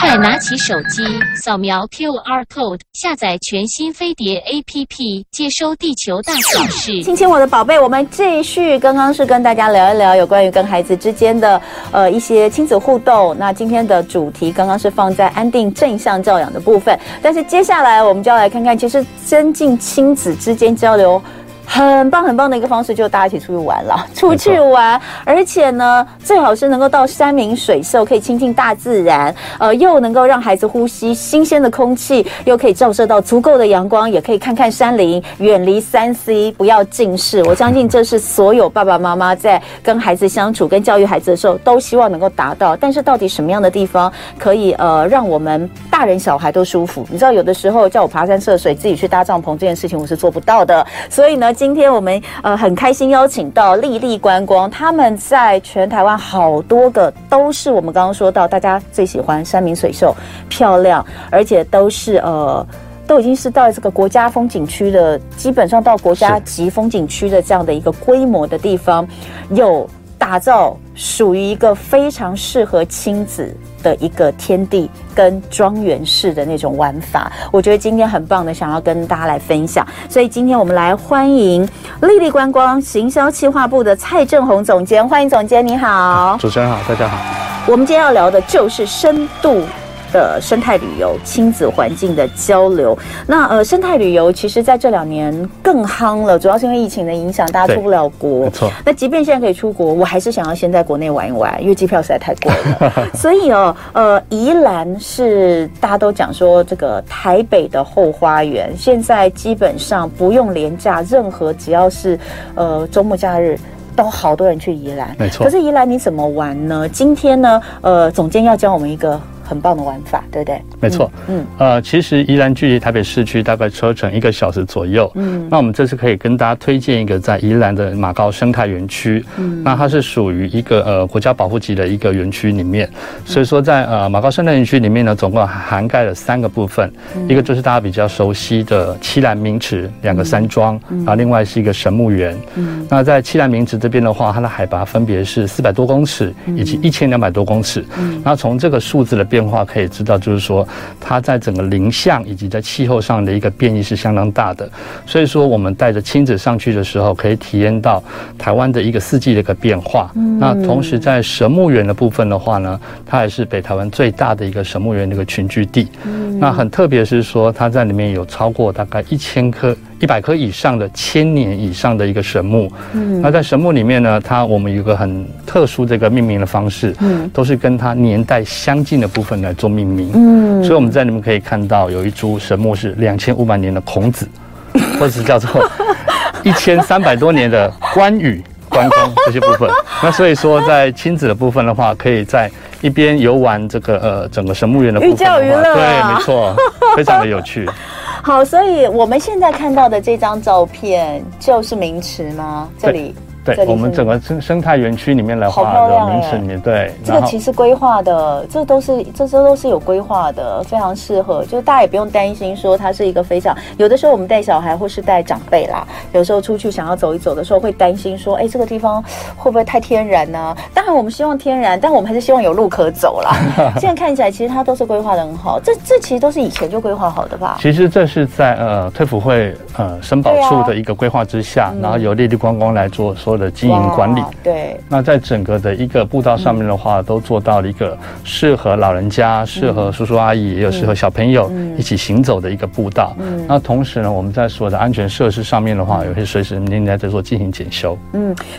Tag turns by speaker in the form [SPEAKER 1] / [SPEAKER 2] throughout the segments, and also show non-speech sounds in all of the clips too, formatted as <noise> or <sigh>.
[SPEAKER 1] 快拿起手机，扫描 QR code，下载全新飞碟 APP，接收地球大小事。
[SPEAKER 2] 亲亲我的宝贝，我们继续，刚刚是跟大家聊一聊有关于跟孩子之间的呃一些亲子互动。那今天的主题刚刚是放在安定正向教养的部分，但是接下来我们就要来看看，其实增进亲子之间交流。很棒很棒的一个方式，就是大家一起出去玩了，出去玩，而且呢，最好是能够到山明水秀，可以亲近大自然，呃，又能够让孩子呼吸新鲜的空气，又可以照射到足够的阳光，也可以看看山林，远离三 C，不要近视。我相信这是所有爸爸妈妈在跟孩子相处、跟教育孩子的时候，都希望能够达到。但是到底什么样的地方可以呃让我们大人小孩都舒服？你知道，有的时候叫我爬山涉水，自己去搭帐篷这件事情，我是做不到的。所以呢，今天我们呃很开心邀请到丽丽观光，他们在全台湾好多个都是我们刚刚说到大家最喜欢山明水秀、漂亮，而且都是呃。都已经是到这个国家风景区的，基本上到国家级风景区的这样的一个规模的地方，有打造属于一个非常适合亲子的一个天地跟庄园式的那种玩法。我觉得今天很棒的，想要跟大家来分享。所以今天我们来欢迎丽丽观光行销企划部的蔡正宏总监，欢迎总监，你好。
[SPEAKER 3] 主持人好，大家好。
[SPEAKER 2] 我们今天要聊的就是深度的生态旅游、亲子环境的交流。那呃，生态旅游其实在这两年更夯了，主要是因为疫情的影响，大家
[SPEAKER 3] 对
[SPEAKER 2] 出不了国
[SPEAKER 3] 没。错，
[SPEAKER 2] 那即便现在可以出国，我还是想要先在国内玩一玩，因为机票实在太贵了。 <laughs> 所以哦，呃，宜兰是大家都讲说这个台北的后花园，现在基本上不用廉价，任何只要是呃周末假日。都好多人去宜兰，
[SPEAKER 3] 没错
[SPEAKER 2] 可是宜兰你怎么玩呢？今天呢，呃，总监要教我们一个很棒的玩法，对不对？
[SPEAKER 3] 没错。
[SPEAKER 2] 嗯，
[SPEAKER 3] 呃，其实宜兰距离台北市区大概车程一个小时左右。
[SPEAKER 2] 嗯
[SPEAKER 3] 嗯，那我们这次可以跟大家推荐一个在宜兰的马高生态园区。嗯，那它是属于一个呃国家保护级的一个园区里面，所以说在呃马高生态园区里面呢，总共涵盖了三个部分，一个就是大家比较熟悉的七兰明池两个山庄，然后另外是一个神木园。嗯，那在七兰明池这边的话，它的海拔分别是四百多公尺以及一千两百多公尺。嗯，那从这个数字的变化可以知道，就是说它在整个林相以及在气候上的一个变异是相当大的。所以说，我们带着亲子上去的时候，可以体验到台湾的一个四季的一个变化。那同时在神木园的部分的话呢，它也是北台湾最大的一个神木园的一个群聚地。那很特别是说，它在里面有超过大概一千棵、一百棵以上的千年以上的一个神木。
[SPEAKER 2] 嗯
[SPEAKER 3] 那在神木里面呢，它我们有一个很特殊这个命名的方式，都是跟它年代相近的部分来做命名。
[SPEAKER 2] 嗯
[SPEAKER 3] 所以我们在里面可以看到有一株神木是两千五百年的孔子， <laughs> 或者是叫做一千三百多年的关羽、关公这些部分。那所以说，在亲子的部分的话，可以在一边游玩这个呃整个神木园的部分的话
[SPEAKER 2] 寓教于乐啊
[SPEAKER 3] 对，没
[SPEAKER 2] <laughs>
[SPEAKER 3] 错，非常的有趣。
[SPEAKER 2] 好，所以我们现在看到的这张照片就是明池吗？这里，这
[SPEAKER 3] 对
[SPEAKER 2] 里是
[SPEAKER 3] 我们整个生生态园区里面的话
[SPEAKER 2] 好漂亮哎
[SPEAKER 3] 的名词里面，对，
[SPEAKER 2] 这个其实规划的，这都是这这都是有规划的，非常适合。就是大家也不用担心说它是一个非常，有的时候我们带小孩或是带长辈啦，有时候出去想要走一走的时候，会担心说，哎，这个地方会不会太天然呢、当然我们希望天然，但我们还是希望有路可走啦。
[SPEAKER 3] <laughs>
[SPEAKER 2] 现在看起来其实它都是规划的很好，这这其实都是以前就规划好的吧？
[SPEAKER 3] 其实这是在呃退辅会呃生保
[SPEAKER 2] 对啊
[SPEAKER 3] 处的一个规划之下，然后由丽丽观光来做所有的经营管理
[SPEAKER 2] 哇。对，
[SPEAKER 3] 那在整个的一个步道上面的话，都做到了一个适合老人家、适合叔叔阿姨，也有适合小朋友一起行走的一个步道。那同时呢，我们在所有的安全设施上面的话，也会随时您来在做进行检修。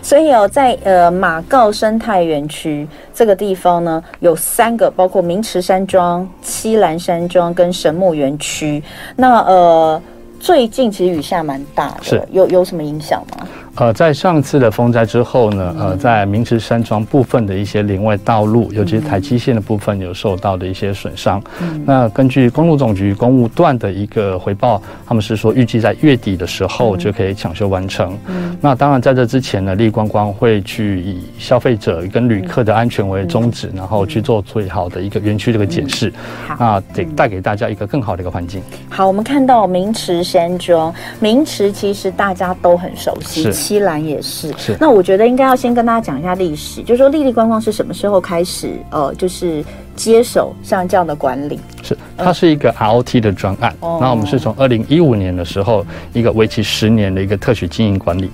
[SPEAKER 2] 所以哦，在呃马告生态园区这个地方呢，有三个，包括明池山庄、七兰山庄跟神木园区。那呃，最近其实雨下蛮大的
[SPEAKER 3] 是，
[SPEAKER 2] 有有什么影响吗？
[SPEAKER 3] 呃，在上次的风灾之后呢，呃，在明池山庄部分的一些林外道路，尤其是台七线的部分，有受到的一些损伤。那根据公路总局公务段的一个回报，他们是说预计在月底的时候就可以抢修完成。那当然，在这之前呢，丽观光会去以消费者跟旅客的安全为宗旨，然后去做最好的一个园区的一个检视，
[SPEAKER 2] 嗯
[SPEAKER 3] 那得带给大家一个更好的一个环境。
[SPEAKER 2] 好，我们看到明池山庄，明池其实大家都很熟悉，
[SPEAKER 3] 是
[SPEAKER 2] 西兰也是。
[SPEAKER 3] 是
[SPEAKER 2] 那我觉得应该要先跟大家讲一下历史，就是说丽丽观光是什么时候开始呃，就是接手像这样的管理？
[SPEAKER 3] 是，它是一个 ROT 的专案。
[SPEAKER 2] 嗯哦
[SPEAKER 3] 那我们是从二零一五年的时候，一个为期十年的一个特许经营管理。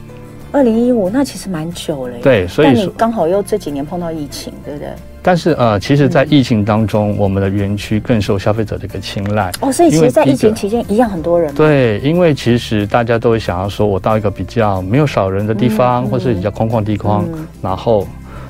[SPEAKER 2] 二零一五，那其实蛮久了耶。
[SPEAKER 3] 对，所
[SPEAKER 2] 但
[SPEAKER 3] 以
[SPEAKER 2] 你
[SPEAKER 3] 说，
[SPEAKER 2] 刚好又这几年碰到疫情，对不对？
[SPEAKER 3] 但是呃，其实，
[SPEAKER 2] 嗯
[SPEAKER 3] 在疫情当中，我们的园区更受消费者的一个青睐。
[SPEAKER 2] 哦，所以其
[SPEAKER 3] 因为
[SPEAKER 2] 实，在
[SPEAKER 3] 第一
[SPEAKER 2] 疫情
[SPEAKER 3] 个
[SPEAKER 2] 期间一样很多人嘛。
[SPEAKER 3] 对，因为其实大家都会想要说，我到一个比较没有少人的地方，或是比较空旷地方，
[SPEAKER 2] 嗯
[SPEAKER 3] 然后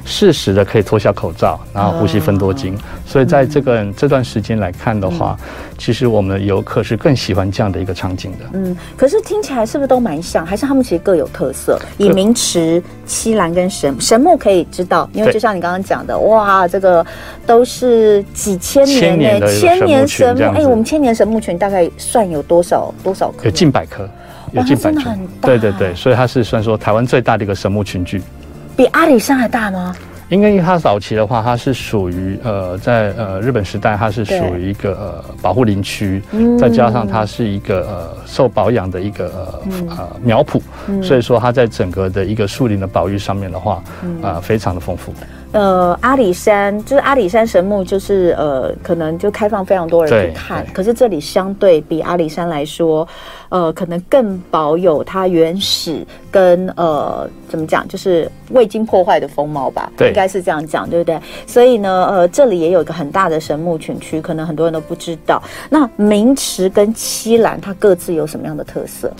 [SPEAKER 3] 适时的可以脱下口罩，然后呼吸芬多
[SPEAKER 2] 啊
[SPEAKER 3] 精。所以在这
[SPEAKER 2] 嗯
[SPEAKER 3] 个、这段时间来看的话，其实我们的游客是更喜欢这样的一个场景的。
[SPEAKER 2] 嗯，可是听起来是不是都蛮像？还是他们其实各有特色？以名池、西兰跟神神木可以知道，因为
[SPEAKER 3] 对
[SPEAKER 2] 就像你刚刚讲的，哇，这个都是几千
[SPEAKER 3] 千
[SPEAKER 2] 年
[SPEAKER 3] 年
[SPEAKER 2] 呢、
[SPEAKER 3] 的
[SPEAKER 2] 千年神
[SPEAKER 3] 神木群这
[SPEAKER 2] 木。
[SPEAKER 3] 样子
[SPEAKER 2] 哎，我们千年神木群大概算有多少多少棵
[SPEAKER 3] 有？近百棵，有
[SPEAKER 2] 哇
[SPEAKER 3] 近百
[SPEAKER 2] 哦那真的
[SPEAKER 3] 株
[SPEAKER 2] 很，大
[SPEAKER 3] 对对对，所以它是算说台湾最大的一个神木群聚。
[SPEAKER 2] 比阿里山还大吗？
[SPEAKER 3] 因为它早期的话，它是属于呃，在呃日本时代，它是属于一个呃保护林区，再加上它是一个呃受保养的一个呃、
[SPEAKER 2] 嗯
[SPEAKER 3] 呃苗圃，所以说它在整个的一个树林的保育上面的话，
[SPEAKER 2] 嗯
[SPEAKER 3] 啊、呃、非常的丰富。
[SPEAKER 2] 呃，阿里山就是阿里山神木，就是呃，可能就开放非常多人
[SPEAKER 3] 对
[SPEAKER 2] 去看。
[SPEAKER 3] 对
[SPEAKER 2] 可是这里相对比阿里山来说，呃，可能更保有它原始跟呃怎么讲，就是未经破坏的风貌吧，
[SPEAKER 3] 对
[SPEAKER 2] 应该是这样讲，对不对？所以呢，呃，这里也有一个很大的神木群区，可能很多人都不知道。那明池跟七兰它各自有什么样的特色？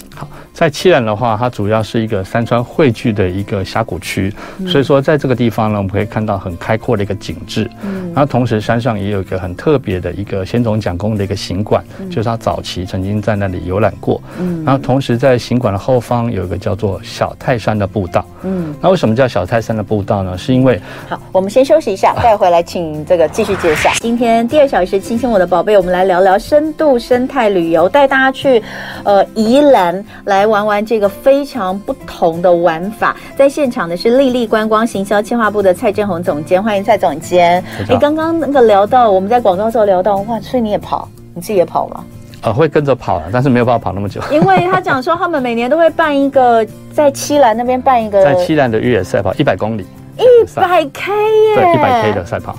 [SPEAKER 3] 在七兰的话，它主要是一个山川汇聚的一个峡谷区，
[SPEAKER 2] 嗯
[SPEAKER 3] 所以说在这个地方呢，我们可以看到很开阔的一个景致。嗯，然后同时山上也有一个很特别的一个仙总讲功的一个行馆，
[SPEAKER 2] 嗯
[SPEAKER 3] 就是它早期曾经在那里游览过。嗯，然后同时在行馆的后方有一个叫做小泰山的步道。
[SPEAKER 2] 嗯，
[SPEAKER 3] 那为什么叫小泰山的步道呢？是因为
[SPEAKER 2] 好，我们先休息一下，待会来请这个继续介绍。今天第二小时，亲亲我的宝贝，我们来聊聊深度生态旅游，带大家去呃宜兰来玩玩这个非常不同的玩法。在现场的是丽丽观光行销策划部的蔡振宏总监，欢迎蔡总监。
[SPEAKER 3] 大家
[SPEAKER 2] 哎，
[SPEAKER 3] 好
[SPEAKER 2] 刚刚那个聊到我们在广告的时候聊到，哇，所以你也跑，你自己也跑吗？
[SPEAKER 3] 呃会跟着跑了，但是没有办法跑那么久。
[SPEAKER 2] 因
[SPEAKER 3] <laughs>
[SPEAKER 2] 为他讲说他们每年都会办一个在七兰那边办一个
[SPEAKER 3] 在七兰的越野赛跑一百公里，
[SPEAKER 2] 呃一百 K 耶，
[SPEAKER 3] 对一百 K 的赛跑，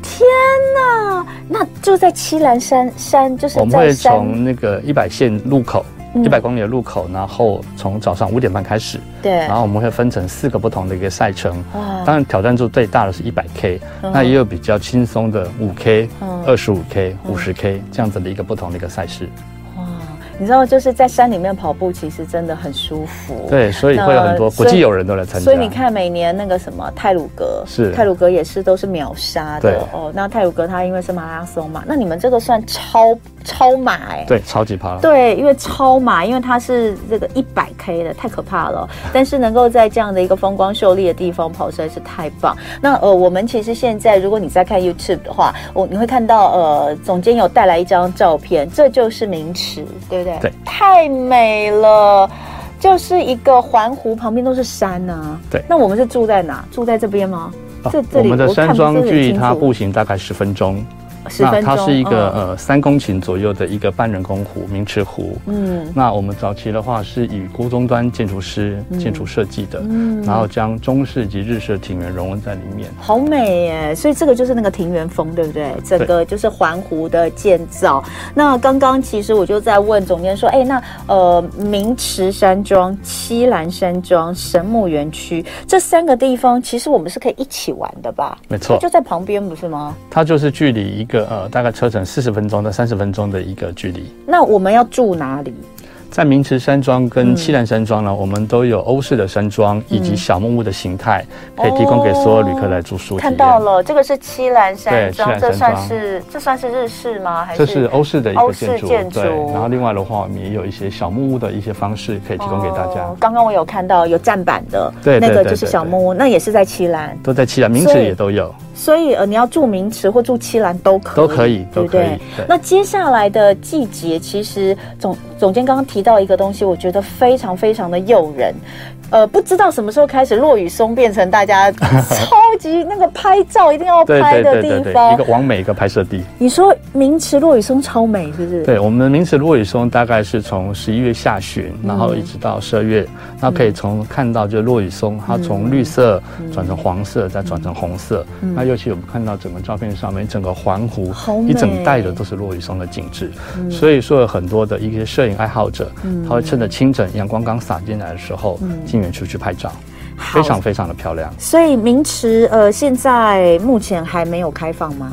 [SPEAKER 2] 天呐，那就在七兰山山，就是
[SPEAKER 3] 我们
[SPEAKER 2] 在
[SPEAKER 3] 会
[SPEAKER 2] 山
[SPEAKER 3] 从那个一百线路口。
[SPEAKER 2] 嗯
[SPEAKER 3] 一百公里的路口，然后从早上五点半开始，
[SPEAKER 2] 对
[SPEAKER 3] 然后我们会分成四个不同的一个赛程。
[SPEAKER 2] 哇
[SPEAKER 3] 当然，挑战度最大的是一百 K，
[SPEAKER 2] 嗯
[SPEAKER 3] 那也有比较轻松的五 K
[SPEAKER 2] 嗯、
[SPEAKER 3] 二十五 K、五十 K 这样子的一个不同的一个赛事。
[SPEAKER 2] 哇，你知道就是在山里面跑步，其实真的很舒服。。
[SPEAKER 3] 对，所以会有很多
[SPEAKER 2] 那
[SPEAKER 3] 国际友人都来参加。
[SPEAKER 2] 所以你看，每年那个什么泰鲁格
[SPEAKER 3] 是
[SPEAKER 2] 泰鲁格也是都是秒杀
[SPEAKER 3] 对
[SPEAKER 2] 的哦。那泰鲁格它因为是马拉松嘛，那你们这个算超超马哎、
[SPEAKER 3] 对，超级趴了。啊
[SPEAKER 2] 对，因为超马，因为它是这个一百 K 的，太可怕了。但是能够在这样的一个风光秀丽的地方跑，实在是太棒。那呃，我们其实现在如果你在看 YouTube 的话，我你会看到呃，总监有带来一张照片，这就是名池，对不对？
[SPEAKER 3] 对，
[SPEAKER 2] 太美了。就是一个环湖，旁边都是山呐、
[SPEAKER 3] 对
[SPEAKER 2] 那我们是住在哪？住在这边吗？
[SPEAKER 3] 啊
[SPEAKER 2] 这这
[SPEAKER 3] 我
[SPEAKER 2] 里
[SPEAKER 3] 们的
[SPEAKER 2] 我看
[SPEAKER 3] 山
[SPEAKER 2] 不
[SPEAKER 3] 庄
[SPEAKER 2] 是很
[SPEAKER 3] 距离
[SPEAKER 2] 清
[SPEAKER 3] 它
[SPEAKER 2] 楚
[SPEAKER 3] 步行大概十分钟，
[SPEAKER 2] 十
[SPEAKER 3] 那
[SPEAKER 2] 分钟。
[SPEAKER 3] 它是一个
[SPEAKER 2] 嗯
[SPEAKER 3] 呃三公顷左右的一个半人工湖，名池湖。
[SPEAKER 2] 嗯
[SPEAKER 3] 那我们早期的话是以郭终端建筑师、建筑设计的，
[SPEAKER 2] 嗯
[SPEAKER 3] 然后将中式及日式的庭园融入在里面。
[SPEAKER 2] 好美耶！所以这个就是那个庭园风，对不对？整个就是环湖的建造。那刚刚其实我就在问总监说，哎，那呃，明池山庄、七兰山庄、神木园区这三个地方，其实我们是可以一起玩的吧？
[SPEAKER 3] 没错
[SPEAKER 2] 就在旁边，不是吗？
[SPEAKER 3] 它就是距离一个呃大概车程四十分钟到三十分钟的一个距离。
[SPEAKER 2] 那我们要住哪里？
[SPEAKER 3] 在明池山庄
[SPEAKER 2] 嗯
[SPEAKER 3] 跟七兰山庄呢，我们都有欧式的山庄以及小木屋的形态，可以提供给所有旅客来住宿体
[SPEAKER 2] 哦看
[SPEAKER 3] 验。
[SPEAKER 2] 到了，这个是七兰山
[SPEAKER 3] 对
[SPEAKER 2] 庄，
[SPEAKER 3] 七兰
[SPEAKER 2] 这
[SPEAKER 3] 山
[SPEAKER 2] 算
[SPEAKER 3] 庄
[SPEAKER 2] 是这算是日式吗？还
[SPEAKER 3] 这是欧式的一
[SPEAKER 2] 欧
[SPEAKER 3] 个
[SPEAKER 2] 式
[SPEAKER 3] 建筑，
[SPEAKER 2] 建筑
[SPEAKER 3] 对。然后另外的话，我们也有一些小木屋的一些方式可以提供给大家，
[SPEAKER 2] 哦刚刚我有看到有站板的，
[SPEAKER 3] 对对
[SPEAKER 2] 那个
[SPEAKER 3] 对
[SPEAKER 2] 就是
[SPEAKER 3] 对
[SPEAKER 2] 小
[SPEAKER 3] 对
[SPEAKER 2] 木屋，那也是在七兰。
[SPEAKER 3] 都在七兰，明
[SPEAKER 2] 所
[SPEAKER 3] 池
[SPEAKER 2] 以
[SPEAKER 3] 也都有。
[SPEAKER 2] 所以呃，你要住名池或住七兰都可以，
[SPEAKER 3] 都可以
[SPEAKER 2] 对不
[SPEAKER 3] 都可
[SPEAKER 2] 对
[SPEAKER 3] 以？对
[SPEAKER 2] 那接下来的季节，其实总总监刚刚提到一个东西，我觉得非常非常的诱人。呃，不知道什么时候开始，落羽松变成大家 <laughs> 超级那个拍照一定要
[SPEAKER 3] 对
[SPEAKER 2] 拍
[SPEAKER 3] 对
[SPEAKER 2] 的
[SPEAKER 3] 对对
[SPEAKER 2] 地
[SPEAKER 3] 对，一
[SPEAKER 2] 方
[SPEAKER 3] 个。完美一个拍摄地。
[SPEAKER 2] 你说明池落羽松超美，是不是？
[SPEAKER 3] 对，我们的名词落羽松大概是从十一月下旬，然后一直到十二月，那可以从看到就是落羽松，它从绿色转成黄色，再转成红色。那尤其我们看到整个照片上面，整个环湖
[SPEAKER 2] 好美
[SPEAKER 3] 一整带的都是落羽松的景致。所以说，有很多的一些摄影爱好者，他会趁着清晨阳光刚洒进来的时候，进园区去拍照，
[SPEAKER 2] 好
[SPEAKER 3] 非常非常的漂亮。
[SPEAKER 2] 所以明池呃，现在目前还没有开放吗？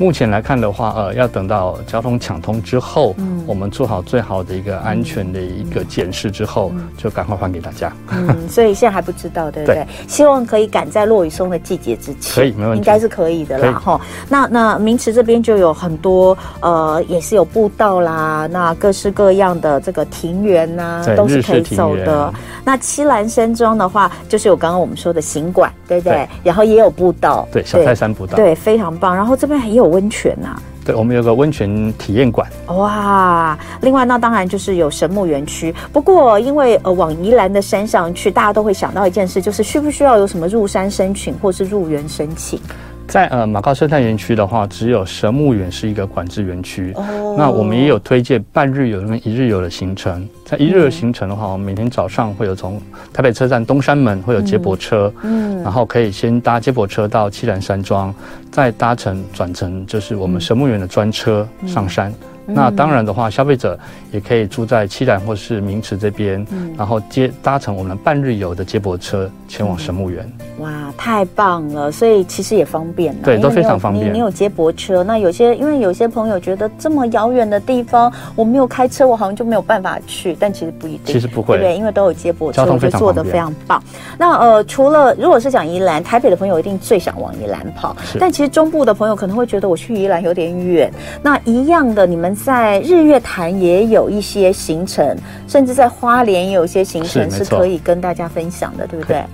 [SPEAKER 3] 目前来看的话，呃，要等到交通抢通之后，
[SPEAKER 2] 嗯
[SPEAKER 3] 我们做好最好的一个安全的一个检视之后，就赶快还给大家。 <laughs>
[SPEAKER 2] 嗯，所以现在还不知道，对不对？
[SPEAKER 3] 对
[SPEAKER 2] 希望可以赶在落雨松的季节之前，
[SPEAKER 3] 可以没问题
[SPEAKER 2] 应该是可以的啦。
[SPEAKER 3] 可以
[SPEAKER 2] 哈，那那明池这边就有很多呃，也是有步道啦，那各式各样的这个庭园呐、
[SPEAKER 3] 对
[SPEAKER 2] 都是可以
[SPEAKER 3] 日式庭
[SPEAKER 2] 走的
[SPEAKER 3] 园。
[SPEAKER 2] 那七兰山庄的话，就是有刚刚我们说的行馆，对不对？
[SPEAKER 3] 对
[SPEAKER 2] 然后也有步道，
[SPEAKER 3] 对，小泰山步道，
[SPEAKER 2] 对，非常棒。然后这边也有温泉啊呐、
[SPEAKER 3] 对我们有个温泉体验馆，
[SPEAKER 2] 哇，另外那当然就是有神木园区。不过因为呃往宜兰的山上去，大家都会想到一件事，就是需不需要有什么入山申请或是入园申请？
[SPEAKER 3] 在呃马高生态园区的话，只有神木园是一个管制园区。
[SPEAKER 2] 哦
[SPEAKER 3] 那我们也有推荐半日游跟一日游的行程。在一
[SPEAKER 2] 嗯
[SPEAKER 3] 日游行程的话，我们每天早上会有从台北车站东山门会有接驳车，
[SPEAKER 2] 嗯
[SPEAKER 3] 然后可以先搭接驳车到七兰山庄，再搭乘转乘就是我们神木园的专车
[SPEAKER 2] 嗯
[SPEAKER 3] 上山。那当然的话，消费者也可以住在七兰或是明池这边，
[SPEAKER 2] 嗯
[SPEAKER 3] 然后接搭乘我们的半日游的接驳车前往神木园。
[SPEAKER 2] 嗯哇，太棒了！所以其实也方便啦，
[SPEAKER 3] 对
[SPEAKER 2] 因为
[SPEAKER 3] 都
[SPEAKER 2] 你
[SPEAKER 3] 非
[SPEAKER 2] 有
[SPEAKER 3] 常方
[SPEAKER 2] 你
[SPEAKER 3] 便
[SPEAKER 2] 你有接驳车，那有些因为有些朋友觉得这么遥远的地方，我没有开车，我好像就没有办法去，但其实不一定，
[SPEAKER 3] 其实不会
[SPEAKER 2] 对对？因为都有接驳车，
[SPEAKER 3] 交通
[SPEAKER 2] 我觉
[SPEAKER 3] 非
[SPEAKER 2] 得
[SPEAKER 3] 常
[SPEAKER 2] 做的
[SPEAKER 3] 方
[SPEAKER 2] 非
[SPEAKER 3] 便
[SPEAKER 2] 常棒。那呃，除了如果是讲宜兰，台北的朋友一定最想往宜兰跑，
[SPEAKER 3] 是
[SPEAKER 2] 但其实中部的朋友可能会觉得我去宜兰有点远。那一样的，你们在日月潭也有一些行程，甚至在花莲也有一些行程
[SPEAKER 3] 是
[SPEAKER 2] 是
[SPEAKER 3] 没错
[SPEAKER 2] 可以跟大家分享的，对不对
[SPEAKER 3] 可？
[SPEAKER 2] 嗯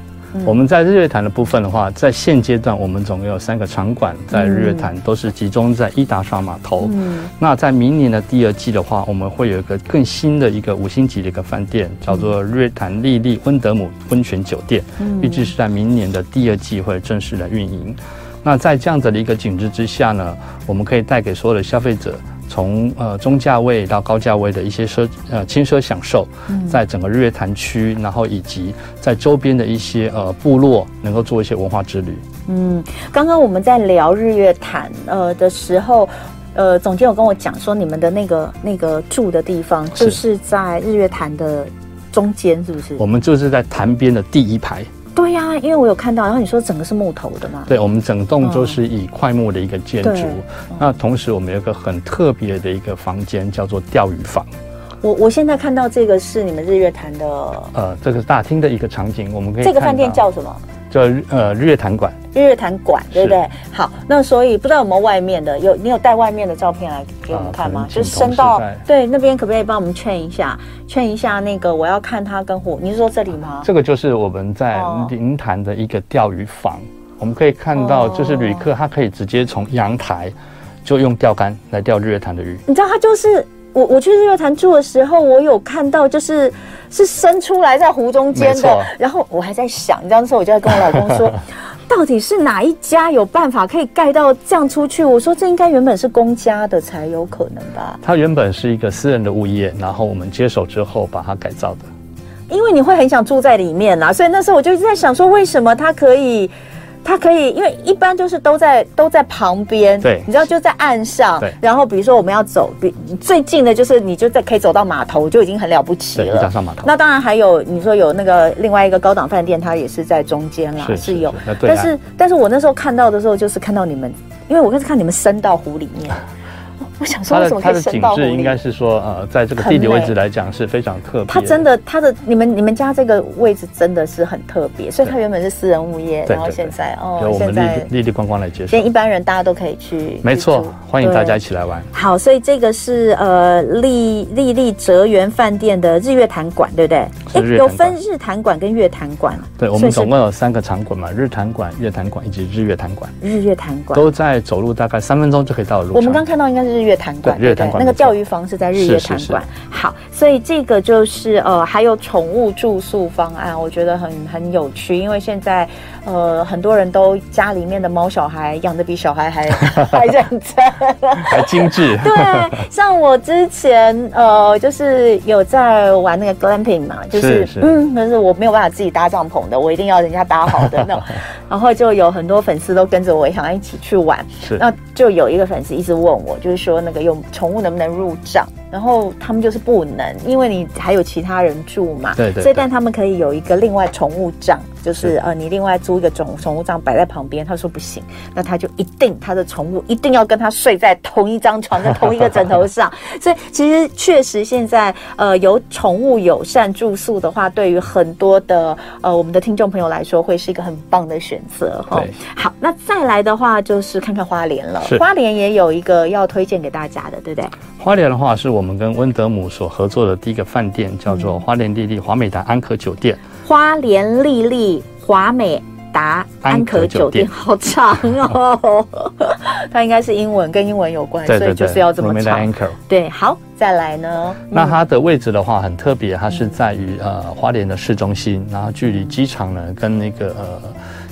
[SPEAKER 3] 我们在日月潭的部分的话，在现阶段我们总共有三个场馆
[SPEAKER 2] 嗯
[SPEAKER 3] 在日月潭，都是集中在伊达沙码头。那在明年的第二季的话，我们会有一个更新的一个五星级的一个饭店，叫做日月潭丽丽温德姆温泉酒店，预计是在明年的第二季会正式的运营。那在这样子的一个景致之下呢，我们可以带给所有的消费者从呃中价位到高价位的一些奢呃轻奢享受，在整个日月潭区，然后以及在周边的一些呃部落，能够做一些文化之旅。
[SPEAKER 2] 嗯，刚刚我们在聊日月潭呃的时候，呃，总监有跟我讲说，你们的那个那个住的地方
[SPEAKER 3] 是
[SPEAKER 2] 就是在日月潭的中间，是不是
[SPEAKER 3] 我？们就是在潭边的第一排，
[SPEAKER 2] 对呀、因为我有看到，然后你说整个是木头的嘛，
[SPEAKER 3] 对我们整栋都是以块木的一个建
[SPEAKER 2] 对
[SPEAKER 3] 筑。
[SPEAKER 2] 嗯
[SPEAKER 3] 那同时我们有一个很特别的一个房间，叫做钓鱼房。
[SPEAKER 2] 我我现在看到这个是你们日月潭的
[SPEAKER 3] 呃，这个是大厅的一个场景，我们可以
[SPEAKER 2] 这个
[SPEAKER 3] 看
[SPEAKER 2] 饭店
[SPEAKER 3] 到
[SPEAKER 2] 叫什么？
[SPEAKER 3] 叫日呃日月潭馆。
[SPEAKER 2] 日月潭馆，对不对？好，那所以不知道有没有外面的，有你有带外面的照片来给我们看吗
[SPEAKER 3] 啊？可
[SPEAKER 2] 就
[SPEAKER 3] 能
[SPEAKER 2] 是伸到
[SPEAKER 3] 请同事带
[SPEAKER 2] 对那边，可不可以帮我们劝一下？劝一下那个，我要看它跟火，你是说这里吗？
[SPEAKER 3] 这个就是我们在
[SPEAKER 2] 哦
[SPEAKER 3] 灵潭的一个钓鱼房，我们可以看到，就是旅客他可以直接从阳台就用钓竿来钓日月潭的鱼。
[SPEAKER 2] 你知道，它就是我我去日月潭住的时候，我有看到就是是伸出来在湖中间
[SPEAKER 3] 没
[SPEAKER 2] 的
[SPEAKER 3] 错，
[SPEAKER 2] 然后我还在想，你知道那时候我就在跟我老公
[SPEAKER 3] <laughs>
[SPEAKER 2] 说。到底是哪一家有办法可以盖到这样出去？我说这应该原本是公家的才有可能吧，
[SPEAKER 3] 它原本是一个私人的物业，然后我们接手之后把它改造的。
[SPEAKER 2] 因为你会很想住在里面啦。所以那时候我就一直在想说，为什么它可以，它可以，因为一般就是都在都在旁边，
[SPEAKER 3] 对
[SPEAKER 2] 你知道就在岸上
[SPEAKER 3] 对，
[SPEAKER 2] 然后比如说我们要走，比最近的就是你就在可以走到码头，就已经很了不起
[SPEAKER 3] 对，一
[SPEAKER 2] 了。
[SPEAKER 3] 打上码头。
[SPEAKER 2] 那当然还有，你说有那个另外一个高档饭店，它也是在中间啦，
[SPEAKER 3] 是是
[SPEAKER 2] 有
[SPEAKER 3] 是那。对啊
[SPEAKER 2] 但
[SPEAKER 3] 岸
[SPEAKER 2] 是但是我那时候看到的时候，就是看到你们，因为我是看你们伸到湖里
[SPEAKER 3] <laughs>
[SPEAKER 2] 面，我想说
[SPEAKER 3] 它
[SPEAKER 2] 为什么
[SPEAKER 3] 的它
[SPEAKER 2] 可
[SPEAKER 3] 的
[SPEAKER 2] 以伸
[SPEAKER 3] 景
[SPEAKER 2] 到湖
[SPEAKER 3] 致
[SPEAKER 2] 里
[SPEAKER 3] 应该
[SPEAKER 2] 面？
[SPEAKER 3] 是说，呃，在这个
[SPEAKER 2] 很
[SPEAKER 3] 地理位
[SPEAKER 2] 美
[SPEAKER 3] 置来讲是非常特别。
[SPEAKER 2] 它真的，它的你们你们家这个位置真的是很特别，所以它
[SPEAKER 3] 对
[SPEAKER 2] 原本是私人物业，
[SPEAKER 3] 对
[SPEAKER 2] 然后
[SPEAKER 3] 对对
[SPEAKER 2] 现在
[SPEAKER 3] 由
[SPEAKER 2] 哦，
[SPEAKER 3] 我
[SPEAKER 2] 现
[SPEAKER 3] 们
[SPEAKER 2] 在
[SPEAKER 3] 丽丽丽观光来接手
[SPEAKER 2] 现在。一般人大家都可以去，
[SPEAKER 3] 没错
[SPEAKER 2] 去住，
[SPEAKER 3] 欢迎大
[SPEAKER 2] 对
[SPEAKER 3] 家一起来玩。
[SPEAKER 2] 好，所以这个是呃丽丽丽哲源饭店的日月潭馆，对不对？
[SPEAKER 3] 是日月
[SPEAKER 2] 有
[SPEAKER 3] 潭馆
[SPEAKER 2] 分日潭馆跟月潭馆，
[SPEAKER 3] 对，我
[SPEAKER 2] 所以
[SPEAKER 3] 们
[SPEAKER 2] 是
[SPEAKER 3] 总共有三个场馆嘛，日坛馆、月坛馆以及日月坛馆，
[SPEAKER 2] 日月潭馆。
[SPEAKER 3] 都在走路大概三分钟就可以到的路上。
[SPEAKER 2] 我们刚看到应该是日月潭馆，
[SPEAKER 3] 对日月潭馆
[SPEAKER 2] 那个
[SPEAKER 3] 没错
[SPEAKER 2] 钓鱼房是在日月潭
[SPEAKER 3] 是是
[SPEAKER 2] 馆。好，所以这个就是呃，还有宠物住宿方案，我觉得很很有趣，因为现在呃很多人都家里面的猫小孩养的比小孩还 <laughs> 还认真。
[SPEAKER 3] 还精
[SPEAKER 2] <laughs>
[SPEAKER 3] 致。
[SPEAKER 2] 对，像我之前呃，就是有在玩那个 glamping 嘛，就是
[SPEAKER 3] 是是
[SPEAKER 2] 嗯，但是我没有办法自己搭帐篷的，我一定要人家搭好的
[SPEAKER 3] <laughs>
[SPEAKER 2] 那种。然后就有很多粉丝都跟着我，想要一起去玩。
[SPEAKER 3] 是
[SPEAKER 2] 那就有一个粉丝一直问我，就是说那个有宠物能不能入帐？然后他们就是不能，因为你还有其他人住嘛。
[SPEAKER 3] 对对
[SPEAKER 2] 所以
[SPEAKER 3] 对
[SPEAKER 2] 但他们可以有一个另外宠物帐，就是
[SPEAKER 3] 是
[SPEAKER 2] 呃，你另外租一个宠宠物帐摆在旁边。他说不行，那他就一定他的宠物一定要跟他睡在同一张床，在同一个枕头
[SPEAKER 3] <laughs>
[SPEAKER 2] 上。所以其实确实现在呃有宠物友善住宿的话，对于很多的呃我们的听众朋友来说，会是一个很棒的选择哦
[SPEAKER 3] 对。
[SPEAKER 2] 好，那再来的话就是看看花莲了
[SPEAKER 3] 是，
[SPEAKER 2] 花莲也有一个要推荐给大家的，对不对？
[SPEAKER 3] 花莲的话，是我们跟温德姆所合作的第一个饭店，叫
[SPEAKER 2] 嗯
[SPEAKER 3] 做花莲丽丽华美达安可酒店。
[SPEAKER 2] 花莲丽丽华美达安可酒店，
[SPEAKER 3] 安可酒店
[SPEAKER 2] 好长哦。 <laughs> 它应该是英文，跟英文有关，哎所以就是要这么
[SPEAKER 3] Romeda
[SPEAKER 2] 长。
[SPEAKER 3] Anchor。
[SPEAKER 2] 对，好，再来呢？嗯
[SPEAKER 3] 那它的位置的话很特别，它是在于呃花莲的市中心，然后距离机场呢跟那个呃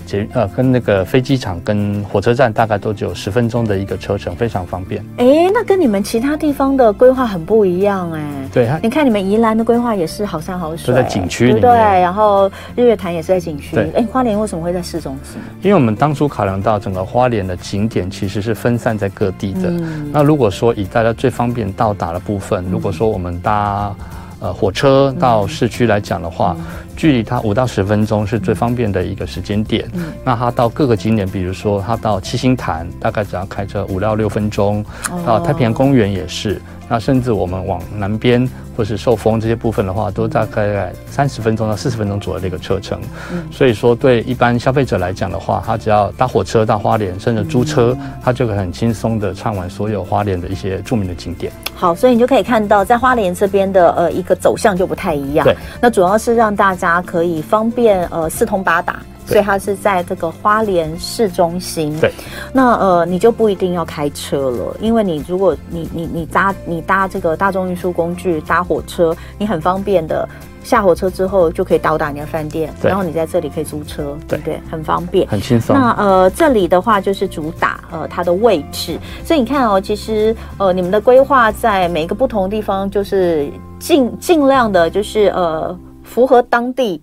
[SPEAKER 3] 捷呃跟那个飞机场跟火车站大概都只有十分钟的一个车程，非常方便。
[SPEAKER 2] 哎，那跟你们其他地方的规划很不一样哎。
[SPEAKER 3] 对，它
[SPEAKER 2] 你看你们宜兰的规划也是好山好水，
[SPEAKER 3] 都在景区
[SPEAKER 2] 对
[SPEAKER 3] 里
[SPEAKER 2] 不
[SPEAKER 3] 面
[SPEAKER 2] 对？然后日月潭也是在景区
[SPEAKER 3] 对。
[SPEAKER 2] 哎，花莲为什么会在市中心？
[SPEAKER 3] 因为我们当初考量到整个花莲的景点其实是分散在各地的，
[SPEAKER 2] 嗯，
[SPEAKER 3] 那如果说以大家最方便到达的部分，如果说我们搭呃火车到市区来讲的话，
[SPEAKER 2] 嗯
[SPEAKER 3] 距离它五到十分钟是最方便的一个时间点。
[SPEAKER 2] 嗯
[SPEAKER 3] 那它到各个景点，比如说它到七星潭，大概只要开车五到六分钟；
[SPEAKER 2] 哦
[SPEAKER 3] 到啊太平洋公园也是。那甚至我们往南边或是寿丰这些部分的话，都大概三十分钟到四十分钟左右的一个车程。
[SPEAKER 2] 嗯
[SPEAKER 3] 所以说，对一般消费者来讲的话，他只要搭火车到花莲，甚至租车，
[SPEAKER 2] 嗯
[SPEAKER 3] 他就可以很轻松的畅玩所有花莲的一些著名的景点。
[SPEAKER 2] 好，所以你就可以看到，在花莲这边的呃一个走向就不太一样。
[SPEAKER 3] 对，
[SPEAKER 2] 那主要是让大家可以方便呃四通八达，
[SPEAKER 3] 对
[SPEAKER 2] 所以它是在这个花莲市中心。
[SPEAKER 3] 对，
[SPEAKER 2] 那呃你就不一定要开车了，因为你如果你你你搭你搭这个大众运输工具搭火车，你很方便的。下火车之后就可以到达你的饭店，
[SPEAKER 3] 对
[SPEAKER 2] 然后你在这里可以租车，对
[SPEAKER 3] 对
[SPEAKER 2] 不对？很方便。
[SPEAKER 3] 很轻松。
[SPEAKER 2] 那呃，这里的话就是主打呃它的位置，所以你看哦，其实呃你们的规划在每一个不同地方，就是尽尽量的，就是呃符合当地。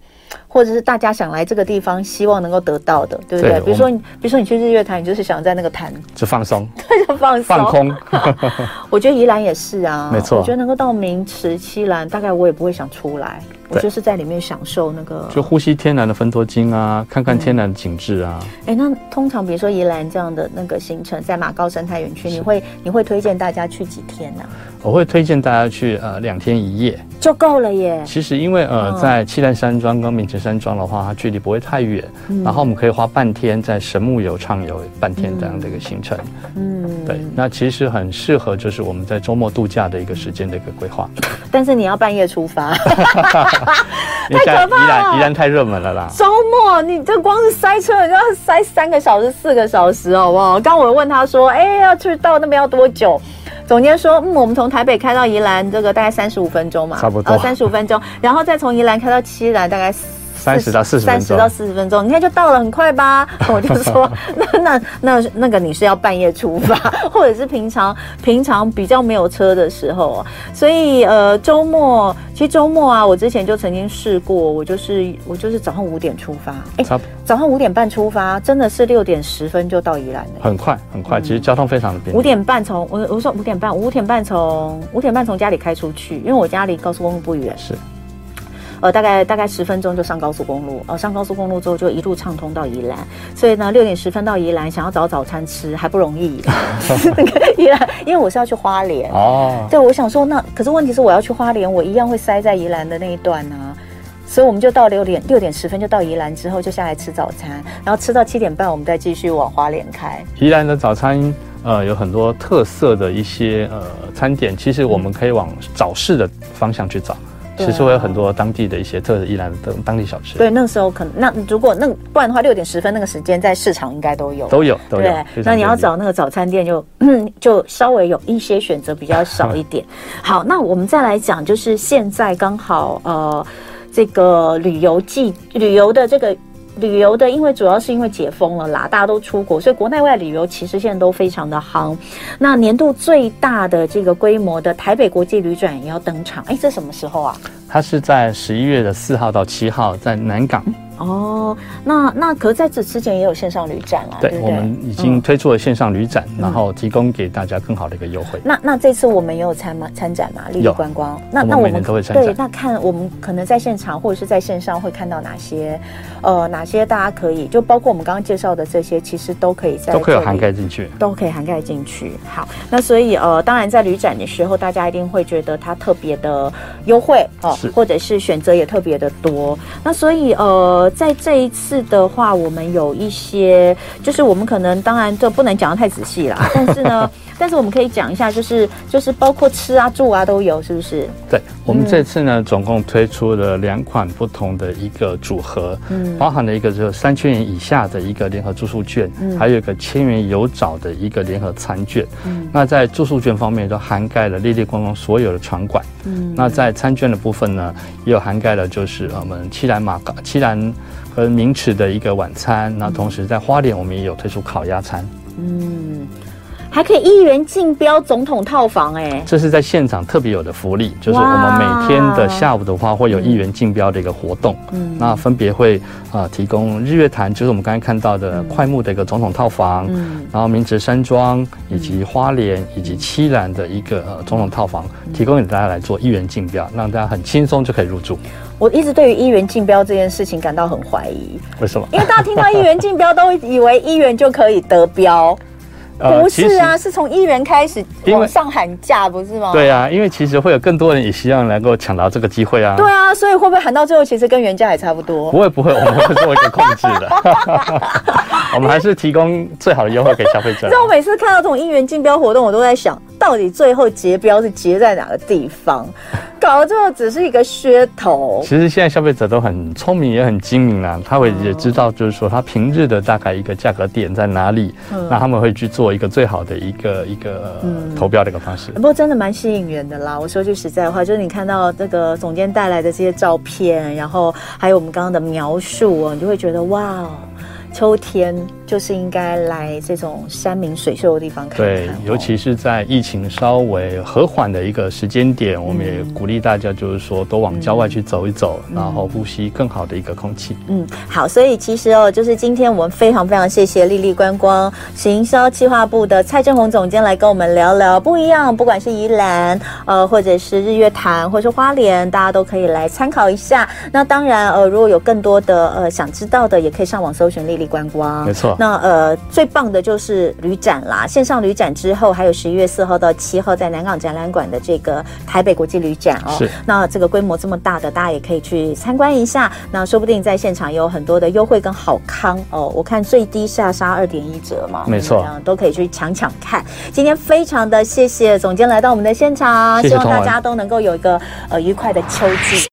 [SPEAKER 2] 或者是大家想来这个地方，希望能够得到的，对不对？
[SPEAKER 3] 对
[SPEAKER 2] 比如说你，比如说你去日月潭，你就是想在那个潭
[SPEAKER 3] 就放松、
[SPEAKER 2] <laughs> 放松。
[SPEAKER 3] 放空，
[SPEAKER 2] 我觉得宜兰也是啊，
[SPEAKER 3] 没错
[SPEAKER 2] 我觉得能够到名池、七兰，大概我也不会想出来，我
[SPEAKER 3] 对
[SPEAKER 2] 就是在里面享受那个
[SPEAKER 3] 就呼吸天然的芬多精啊，看看天然的景致啊。
[SPEAKER 2] 哎，那通常比如说宜兰这样的那个行程，在马高生态园区，你会你会推荐大家去几天呢、
[SPEAKER 3] 我会推荐大家去呃两天一夜。
[SPEAKER 2] 就够了耶。
[SPEAKER 3] 其实因为呃
[SPEAKER 2] 嗯
[SPEAKER 3] 在七蛋山庄跟明池山庄的话，它距离不会太远，
[SPEAKER 2] 嗯
[SPEAKER 3] 然后我们可以花半天在神木游畅游半天这样的一个行程。
[SPEAKER 2] 嗯，
[SPEAKER 3] 对，那其实很适合就是我们在周末度假的一个时间的一个规划。
[SPEAKER 2] 但是你要半夜出发，
[SPEAKER 3] 因为现在宜兰宜兰太热门了啦。
[SPEAKER 2] 周末你这光是塞车，你要塞三个小时、四个小时，好不好？刚我问他说，哎，要去到那边要多久？总监说，嗯，我们从台北开到宜兰，这个大概三十五分钟嘛，哦
[SPEAKER 3] 差不多
[SPEAKER 2] 三十五分钟，然后再从宜兰开到七兰，大概
[SPEAKER 3] 30到40分
[SPEAKER 2] 三十
[SPEAKER 3] 钟
[SPEAKER 2] 到四十分钟，你看就到了，很快吧？我就
[SPEAKER 3] <laughs>
[SPEAKER 2] 说，那那那那个你是要半夜出发， <laughs> 或者是平常平常比较没有车的时候啊，所以呃周末其实周末啊，我之前就曾经试过，我就是我就是早上五点出发，哎、
[SPEAKER 3] 差不
[SPEAKER 2] 早上五点半出发，真的是六点十分就到宜兰了。
[SPEAKER 3] 很快很快，其实交通非常的便
[SPEAKER 2] 嗯
[SPEAKER 3] 利。
[SPEAKER 2] 五点半从我我说五点半，五点半从五点半从家里开出去，因为我家离高速公路不远，
[SPEAKER 3] 是
[SPEAKER 2] 呃，大概大概十分钟就上高速公路，呃，上高速公路之后就一路畅通到宜兰，所以呢，六点十分到宜兰，想要找早餐吃还不容易。 <laughs> 那个宜兰，因为我是要去花莲，
[SPEAKER 3] 哦，
[SPEAKER 2] 对，我想说那，可是问题是我要去花莲，我一样会塞在宜兰的那一段啊。所以我们就到六点六点十分就到宜兰，之后就下来吃早餐，然后吃到七点半，我们再继续往花莲开。
[SPEAKER 3] 宜兰的早餐呃有很多特色的一些呃餐点，其实我们可以往早市的方向去找。
[SPEAKER 2] 对啊
[SPEAKER 3] 其实会有很多当地的一些特色宜兰的当地小吃，
[SPEAKER 2] 对，那个时候可能那如果那不然的话，六点十分那个时间在市场应该都有。
[SPEAKER 3] 都有都有。
[SPEAKER 2] 对，
[SPEAKER 3] 非常
[SPEAKER 2] 那你要
[SPEAKER 3] 便利
[SPEAKER 2] 找那个早餐店就 <clears throat> 就稍微有一些选择比较少一
[SPEAKER 3] <laughs>
[SPEAKER 2] 点。好，那我们再来讲，就是现在刚好呃，这个旅游季旅游的这个。旅游的，因为主要是因为解封了啦，大家都出国，所以国内外旅游其实现在都非常的夯。那年度最大的这个规模的台北国际旅展也要登场，哎，这什么时候啊？
[SPEAKER 3] 它是在十一月的四号到七号在南港，
[SPEAKER 2] 哦，那那可在此之前也有线上旅展啦，对嗯
[SPEAKER 3] 对
[SPEAKER 2] 不对？
[SPEAKER 3] 我们已经推出了线上旅展，然后提供给大家更好的一个优惠。
[SPEAKER 2] 那那这次我们也有参吗？参展嘛，绿地
[SPEAKER 3] 有
[SPEAKER 2] 观光。那
[SPEAKER 3] 我们
[SPEAKER 2] 那
[SPEAKER 3] 每年都会参展
[SPEAKER 2] 对，那看我们可能在现场或者是在线上会看到哪些，呃，哪些大家可以就包括我们刚刚介绍的这些，其实都可以在
[SPEAKER 3] 都可以有
[SPEAKER 2] 这里
[SPEAKER 3] 涵盖进去，
[SPEAKER 2] 都可以涵盖进去。好，那所以呃，当然在旅展的时候，大家一定会觉得它特别的优惠哦
[SPEAKER 3] 是，
[SPEAKER 2] 或者是选择也特别的多。那所以呃，在这一次的话，我们有一些，就是我们可能当然这不能讲的太仔细啦，但是呢，但是我们可以讲一下，就是就是包括吃啊、住啊都有，是不是？
[SPEAKER 3] 对我
[SPEAKER 2] 嗯
[SPEAKER 3] 们这次呢，总共推出了两款不同的一个组合，
[SPEAKER 2] 嗯
[SPEAKER 3] 包含了一个就是三千元以下的一个联合住宿券，
[SPEAKER 2] 嗯
[SPEAKER 3] 还有一个千元有找的一个联合餐券。
[SPEAKER 2] 嗯
[SPEAKER 3] 那在住宿券方面，都涵盖了丽丽观光所有的场馆。
[SPEAKER 2] 嗯
[SPEAKER 3] 那在餐券的部分呢，也有涵盖了就是呃我们七兰马港、七兰和名池的一个晚餐。那同时在花莲，我们也有推出烤鸭餐，
[SPEAKER 2] 嗯，还可以一元竞标总统套房哎、
[SPEAKER 3] 这是在现场特别有的福利，就是我们每天的下午的话，会有一元竞标的一个活动。
[SPEAKER 2] 嗯
[SPEAKER 3] 那分别会啊、呃提供日月潭，就是我们刚才看到的快木的一个总统套房，
[SPEAKER 2] 嗯
[SPEAKER 3] 然后明池山庄以及花莲以及七兰的一个、呃、总统套房，
[SPEAKER 2] 嗯
[SPEAKER 3] 提供给大家来做一元竞标，让大家很轻松就可以入住。
[SPEAKER 2] 我一直对于一元竞标这件事情感到很怀疑。
[SPEAKER 3] 为什么？
[SPEAKER 2] 因为大家听到一元竞标都以为一元就可以得标，不是啊，是从一元开始
[SPEAKER 3] 呃因为
[SPEAKER 2] 往上喊价，不是吗？
[SPEAKER 3] 对啊，因为其实会有更多人也希望能够抢到这个机会啊。
[SPEAKER 2] 对啊，所以会不会喊到最后其实跟原价也差不多
[SPEAKER 3] 不？会不会，我们会做一个控制
[SPEAKER 2] <laughs>
[SPEAKER 3] 的，我们还是提供最好的优惠给消费
[SPEAKER 2] 你
[SPEAKER 3] 者
[SPEAKER 2] 知。道我每次看到这种一元竞标活动，我都在想，到底最后结标是结在哪个地
[SPEAKER 3] <laughs>
[SPEAKER 2] 方？搞到最后只是一个噱头。
[SPEAKER 3] 其实现在消费者都很聪明，也很精明啦、他会也知道，就是说他平日的大概一个价格点在哪里，那他们会去做一个最好的一个一个、呃投标的一个方式
[SPEAKER 2] 不。过真的蛮吸引人的啦。我说句实在话，就是你看到这个总监带来的这些照片，然后还有我们刚刚的描述哦，你就会觉得哇哦，秋天就是应该来这种山明水秀的地方看看哦、
[SPEAKER 3] 对，尤其是在疫情稍微和缓的一个时间点，我们也鼓励大家就是说多往郊外去走一走，然后呼吸更好的一个空气。
[SPEAKER 2] 嗯，好，所以其实哦，就是今天我们非常非常谢谢丽丽观光行销企划部的蔡正红总监来跟我们聊聊不一样，不管是宜兰呃，或者是日月潭，或是花莲，大家都可以来参考一下。那当然呃，如果有更多的呃想知道的，也可以上网搜寻丽丽观光
[SPEAKER 3] <laughs> 没。错，
[SPEAKER 2] 那呃，最棒的就是旅展啦，线上旅展之后，还有十一月四号到七号在南港展览馆的这个台北国际旅展哦。
[SPEAKER 3] 是
[SPEAKER 2] 那这个规模这么大的，大家也可以去参观一下。那说不定在现场有很多的优惠跟好康哦。我看最低下杀二点一折嘛，
[SPEAKER 3] 没错
[SPEAKER 2] 嗯都可以去抢抢看。今天非常的谢谢总监来到我们的现场，
[SPEAKER 3] 谢谢
[SPEAKER 2] 希望
[SPEAKER 3] 童
[SPEAKER 2] 大
[SPEAKER 3] 文
[SPEAKER 2] 家都能够有一个呃愉快的秋季。